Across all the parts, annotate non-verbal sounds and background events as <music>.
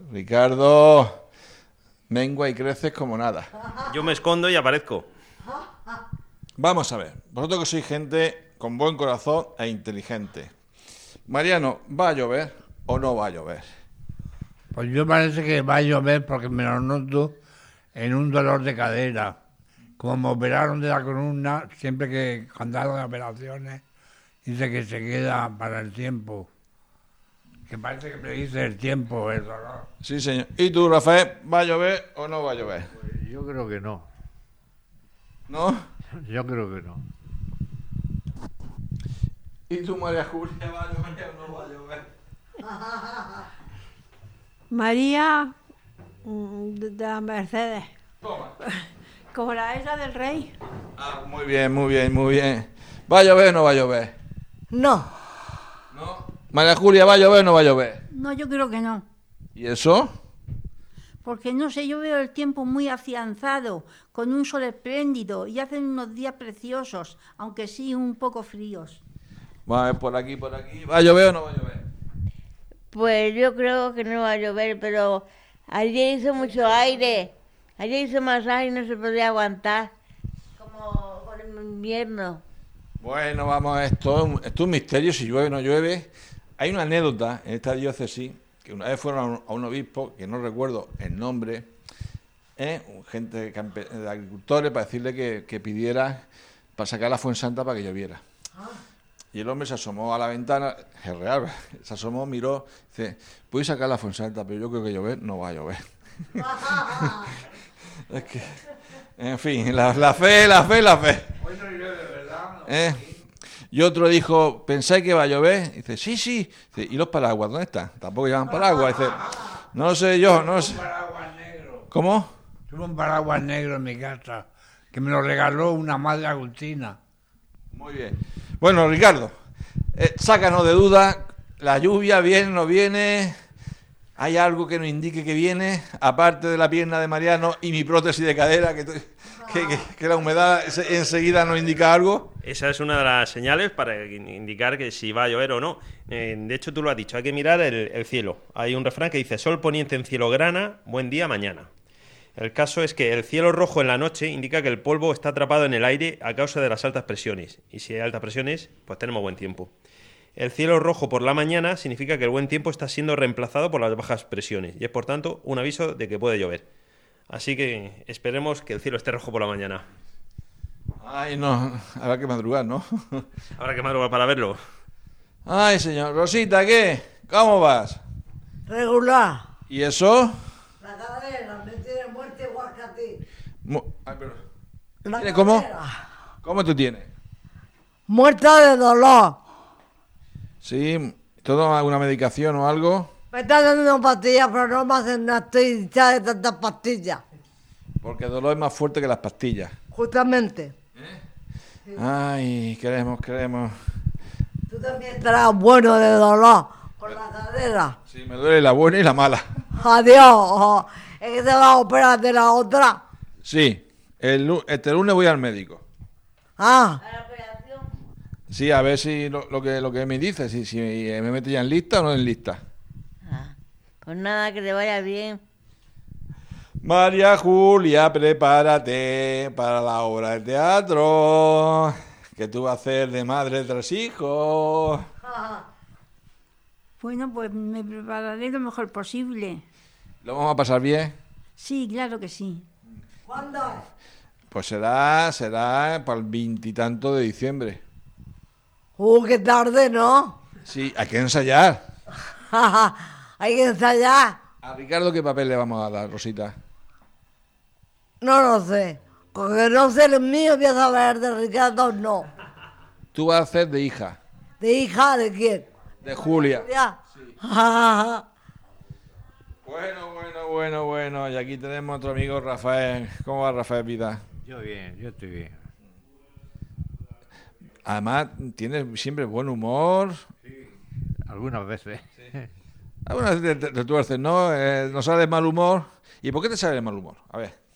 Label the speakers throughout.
Speaker 1: Ricardo, mengua y creces como nada.
Speaker 2: Yo me escondo y aparezco.
Speaker 1: Vamos a ver, vosotros que sois gente con buen corazón e inteligente. Mariano, ¿va a llover o no va a llover?
Speaker 3: Pues yo parece que va a llover porque me lo noto en un dolor de cadera. Como me operaron de la columna, siempre que cantaron las operaciones, dice que se queda para el tiempo. Que parece que predice el tiempo, el dolor.
Speaker 1: Sí, señor. ¿Y tú, Rafael, va a llover o no va a llover?
Speaker 4: Yo creo que no.
Speaker 1: ¿No?
Speaker 4: Yo creo que no.
Speaker 1: ¿Y tú, María Julia, va a llover o no va a llover?
Speaker 5: María mm, de de las Mercedes,
Speaker 1: Toma.
Speaker 5: como la isla del rey.
Speaker 1: Ah, muy bien, muy bien, muy bien. ¿Va a llover o no va a llover?
Speaker 6: No,
Speaker 1: ¿No? María Julia, ¿va a llover o no va a llover?
Speaker 7: No, yo creo que no.
Speaker 1: ¿Y eso?
Speaker 7: Porque no sé, yo veo el tiempo muy afianzado, con un sol espléndido y hacen unos días preciosos, aunque sí un poco fríos.
Speaker 1: Vamos a ver por aquí, por aquí. ¿Va a llover o no va a llover?
Speaker 8: Pues yo creo que no va a llover, pero ayer hizo mucho aire. Ayer hizo más aire y no se podía aguantar. Como con el invierno.
Speaker 1: Bueno, vamos, esto es un, esto es un misterio si llueve o no llueve. Hay una anécdota en esta diócesis que una vez fueron a un, a un obispo, que no recuerdo el nombre, ¿eh? Un gente de campe- de agricultores, para decirle que, que pidiera para sacar la Fuensanta para que lloviera. Y el hombre se asomó a la ventana, es real, <laughs> se asomó, miró, dice, voy a sacar la Fuensanta, pero yo creo que llover no va a llover. <laughs> es que, en fin, la, la fe, la fe, la fe. ¿eh? Y otro dijo, ¿pensáis que va a llover? dice, sí, sí. Dice, ¿Y los paraguas dónde están? Tampoco llevan paraguas. Dice, no sé yo, no sé.
Speaker 3: Paraguas negro.
Speaker 1: ¿Cómo?
Speaker 3: Tuve un paraguas negro en mi casa, que me lo regaló una madre agustina.
Speaker 1: Muy bien. Bueno, Ricardo, eh, sácanos de duda, la lluvia viene o no viene, hay algo que nos indique que viene, aparte de la pierna de Mariano y mi prótesis de cadera, que, que- que- que la humedad se- enseguida nos indica algo.
Speaker 2: Esa es una de las señales para in- indicar que si va a llover o no. Eh, de hecho, tú lo has dicho, hay que mirar el, el cielo. Hay un refrán que dice, sol poniente en cielo grana, buen día mañana. El caso es que el cielo rojo en la noche indica que el polvo está atrapado en el aire a causa de las altas presiones. Y si hay altas presiones, pues tenemos buen tiempo. El cielo rojo por la mañana significa que el buen tiempo está siendo reemplazado por las bajas presiones y es por tanto un aviso de que puede llover. Así que esperemos que el cielo esté rojo por la mañana.
Speaker 1: Ay, no, habrá que madrugar, ¿no?
Speaker 2: Habrá que madrugar para verlo.
Speaker 1: Ay, señor. Rosita, ¿qué? ¿Cómo vas?
Speaker 6: regular.
Speaker 1: ¿Y eso?
Speaker 6: La cadera me tiene muerte igual que a ti.
Speaker 1: Mu- Ay, perdón.
Speaker 6: La
Speaker 1: ¿Tiene cómo?
Speaker 6: cadera.
Speaker 1: ¿Cómo tú tienes?
Speaker 6: Muerta de dolor.
Speaker 1: Sí, ¿todo alguna medicación o algo?
Speaker 6: Me están dando pastillas, pero no me hacen nada. Estoy hinchada de tantas pastillas.
Speaker 1: Porque el dolor es más fuerte que las pastillas.
Speaker 6: Justamente.
Speaker 1: Ay, queremos, queremos.
Speaker 6: Tú también estarás bueno de dolor. Con la cadera.
Speaker 1: Sí, me duele la buena y la mala.
Speaker 6: Adiós. Es que te vas a operar de la otra.
Speaker 1: Sí, el, lu- este lunes voy al médico.
Speaker 6: Ah,
Speaker 8: Para la operación.
Speaker 1: Sí, a ver si lo, lo que lo que me dice, si, si me mete ya en lista o no en lista.
Speaker 8: Ah, pues nada, que te vaya bien.
Speaker 1: María Julia, prepárate para la obra de teatro que tú vas a hacer de madre de tres hijos.
Speaker 7: Bueno, pues me prepararé lo mejor posible.
Speaker 1: ¿Lo vamos a pasar bien?
Speaker 7: Sí, claro que sí.
Speaker 6: ¿cuándo es?
Speaker 1: Pues será, será para el veintitanto de diciembre.
Speaker 6: Uh, qué tarde, ¿no? <laughs>
Speaker 1: Sí, hay que ensayar.
Speaker 6: Hay que ensayar.
Speaker 1: A Ricardo, ¿qué papel le vamos a dar, Rosita?
Speaker 6: No lo sé. Porque no sé el mío, voy a saber de Ricardo, no.
Speaker 1: Tú vas a hacer de hija,
Speaker 6: ¿De hija de quién?
Speaker 1: de Julia.
Speaker 6: Ya. Ja, ja, ja.
Speaker 1: Bueno, bueno, bueno, bueno. Y aquí tenemos otro amigo, Rafael. ¿Cómo va Rafael Vida?
Speaker 4: Yo bien, yo estoy bien.
Speaker 1: Además, tiene siempre buen humor.
Speaker 4: Algunas veces.
Speaker 1: Algunas veces te, te tuerces, ¿no? Eh, no sale mal humor. ¿Y por qué te sale el mal humor? A ver.
Speaker 4: <laughs>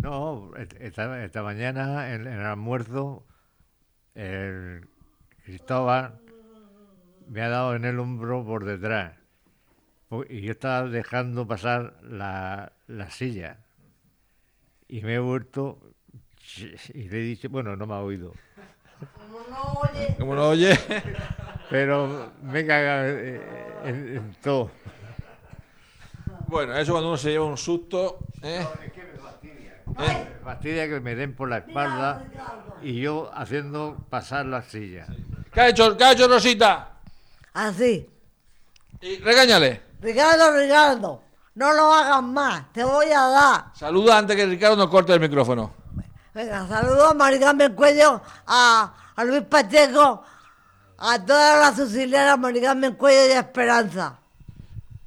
Speaker 4: No, et- esta, esta mañana en, en el almuerzo, el Cristóbal me ha dado en el hombro por detrás. Po- Y yo estaba dejando pasar la, la silla. Y me he vuelto y le he dicho, bueno, no me ha oído.
Speaker 6: Como no oye,
Speaker 1: Como lo oye. <laughs>
Speaker 4: Pero me he cagado eh, en, en todo.
Speaker 1: Bueno, eso cuando uno se lleva un susto. ¿eh? ¿Eh?
Speaker 4: Fastidia que me den por la espalda y yo haciendo pasar la silla.
Speaker 1: ¿Qué ha hecho, qué ha hecho Rosita?
Speaker 6: así.
Speaker 1: Y regáñale.
Speaker 6: Ricardo, Ricardo, <laughs> no lo hagas más, te voy a dar.
Speaker 1: Saluda antes que Ricardo nos corte el micrófono.
Speaker 6: Venga, saludos a Maricarmen Cuello, a, a Luis Pacheco, a todas las auxiliares Maricarmen Cuello y a Esperanza.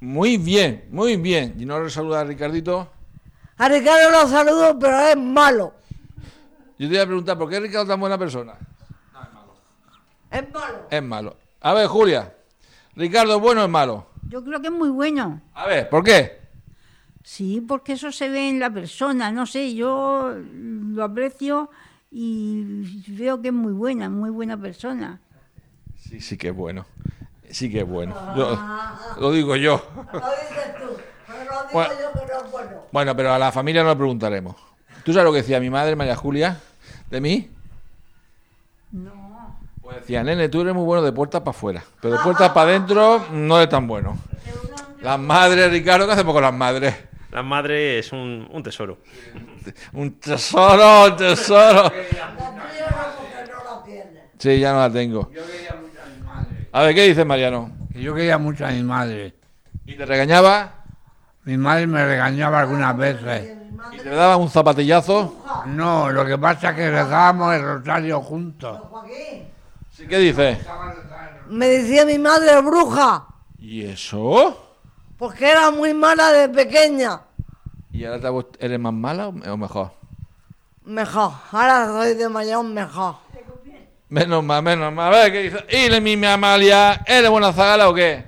Speaker 1: Muy bien, muy bien. Y no saluda a Ricardito.
Speaker 6: A Ricardo los saludo, pero es malo.
Speaker 1: Yo te iba a preguntar, ¿por qué es Ricardo tan buena persona?
Speaker 6: Es malo.
Speaker 1: Es malo. A ver, Julia. Ricardo, ¿es bueno o es malo?
Speaker 7: Yo creo que es muy bueno.
Speaker 1: A ver, ¿por qué?
Speaker 7: Sí, porque eso se ve en la persona, no sé, yo lo aprecio y veo que es muy buena, muy buena persona.
Speaker 1: Sí, sí que es bueno. Sí que es bueno. Yo- lo digo yo.
Speaker 6: Ah. Lo dices tú, pero lo digo
Speaker 1: Bueno.
Speaker 6: yo que no es bueno.
Speaker 1: Bueno, pero a la familia no le preguntaremos. ¿Tú sabes lo que decía mi madre, María Julia, de mí?
Speaker 7: No.
Speaker 1: Pues decía, nene, tú eres muy bueno de puertas para afuera, pero de puertas para adentro no eres tan bueno. Las madres, Ricardo, ¿qué hacemos con las madres?
Speaker 2: La madre es un, un tesoro.
Speaker 1: Un tesoro, un tesoro.
Speaker 6: La tuya no, porque no la tienes.
Speaker 1: Sí, ya no la tengo. A ver, ¿qué dices, Mariano?
Speaker 3: Que yo quería mucho a mi madre.
Speaker 1: ¿Y te regañaba?
Speaker 3: Mi madre me regañaba algunas veces.
Speaker 1: ¿Y te daba un zapatillazo?
Speaker 3: No, lo que pasa es que rezábamos el rosario juntos.
Speaker 6: Joaquín.
Speaker 1: Sí, ¿qué dices?
Speaker 6: Me decía mi madre bruja,
Speaker 1: ¿Y eso?
Speaker 6: porque era muy mala de pequeña.
Speaker 1: ¿Y ahora te ha vuest- eres más mala o o mejor?
Speaker 6: Mejor, ahora soy de mayor mejor.
Speaker 1: Menos mal, menos mal. A ver, ¿qué dices? ¿Y le- mi, mi Amalia? ¿Eres buena zagala o qué?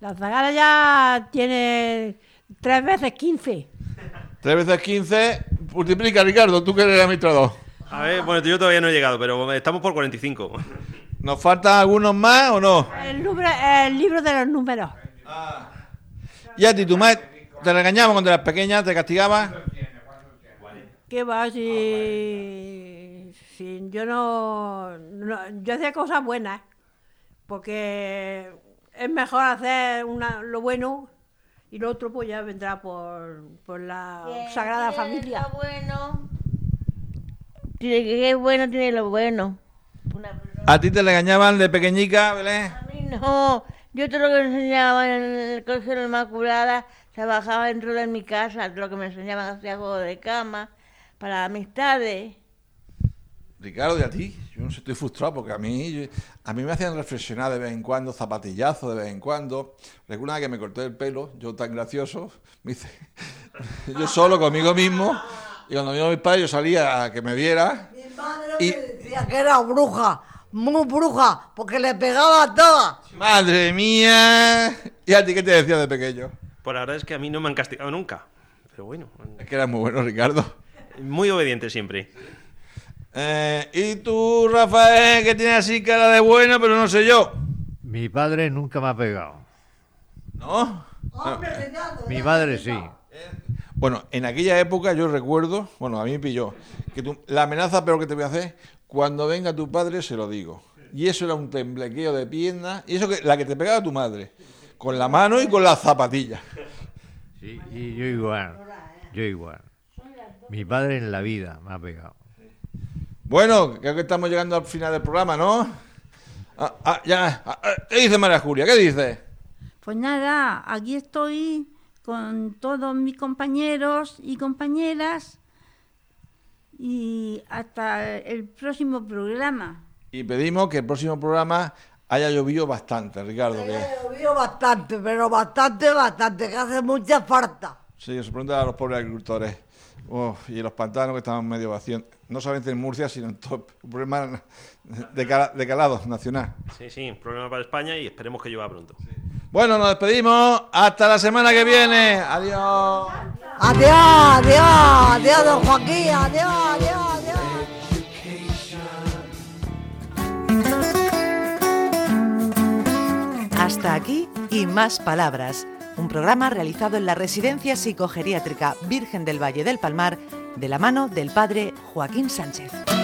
Speaker 9: La zagala ya tiene tres veces 15.
Speaker 1: Tres veces 15, multiplica, Ricardo, tú que eres administrador.
Speaker 2: A ver, bueno, yo todavía no he llegado, pero estamos por 45.
Speaker 1: ¿Nos faltan algunos más o no?
Speaker 9: El, número- el libro de los números.
Speaker 1: ¿Y a ti, tu madre, te regañaban cuando eras pequeña, te castigaban?
Speaker 9: ¿Qué va si, si yo no, no- Yo hacía cosas buenas, porque es mejor hacer una, lo bueno y lo otro pues ya vendrá por, por la
Speaker 8: Bien,
Speaker 9: Sagrada
Speaker 8: tiene
Speaker 9: Familia.
Speaker 8: Lo bueno. Tiene que que es bueno, tiene lo bueno. Una persona-
Speaker 1: ¿A ti te regañaban de pequeñica, Belén?
Speaker 8: A mí no. Yo todo lo que me enseñaban en el colegio de la Inmaculada, trabajaba dentro de mi casa, lo que me enseñaban hacía juego de cama, para amistades.
Speaker 1: Ricardo, ¿y a ti? Yo no sé, estoy frustrado porque a mí, yo- a mí me hacían reflexionar de vez en cuando, zapatillazos de vez en cuando. Recuerdo una vez que me corté el pelo, yo tan gracioso, me hice <laughs> yo solo conmigo mismo. Y cuando vino mi padre, yo salía a que me viera.
Speaker 6: Mi madre
Speaker 1: Y-
Speaker 6: me decía que era bruja, muy bruja, porque le pegaba a todas.
Speaker 1: ¡Madre mía! ¿Y a ti qué te decía de pequeño?
Speaker 2: Por la verdad es que a mí no me han castigado nunca. Pero bueno,
Speaker 1: Es que eras muy bueno, Ricardo.
Speaker 2: muy obediente siempre.
Speaker 1: Eh, ¿Y tú, Rafael, que tienes así cara de bueno, pero no sé yo?
Speaker 4: Mi padre nunca me ha pegado.
Speaker 1: ¿No?
Speaker 6: Hombre, Ricardo,
Speaker 4: Mi
Speaker 6: ya
Speaker 4: madre
Speaker 6: te
Speaker 4: sí.
Speaker 6: digo.
Speaker 1: Bueno, en aquella época yo recuerdo, bueno, a mí me pilló, que tú- la amenaza peor que te voy a hacer, cuando venga tu padre se lo digo. Y eso era un temblequeo de piernas, y eso que la que te pegaba tu madre, con la mano y con la zapatilla.
Speaker 4: Sí, y yo igual. Yo igual. Mi padre en la vida me ha pegado.
Speaker 1: Bueno, creo que estamos llegando al final del programa, ¿no? Ah, ah, ya, ah, ah, ¿Qué dice María Julia? ¿Qué dice?
Speaker 7: Pues nada, aquí estoy con todos mis compañeros y compañeras y hasta el próximo programa.
Speaker 1: Y pedimos que el próximo programa haya llovido bastante, Ricardo. Que...
Speaker 6: Llovió bastante, pero bastante, bastante, que hace mucha falta.
Speaker 1: Sí, que se pregunta a los pobres agricultores. Uf, y los pantanos que estaban medio vacíos. No solamente en Murcia, sino en todo. Un problema de, cala- de calado nacional.
Speaker 2: Sí, sí, un problema para España y esperemos que llueva pronto.
Speaker 1: Bueno, nos despedimos. Hasta la semana que viene. Adiós.
Speaker 6: Adiós, adiós, adiós, don Joaquín, adiós, adiós, adiós.
Speaker 10: Hasta aquí Y Más Palabras, un programa realizado en la Residencia Psicogeriátrica Virgen del Valle del Palmar de la mano del padre Joaquín Sánchez.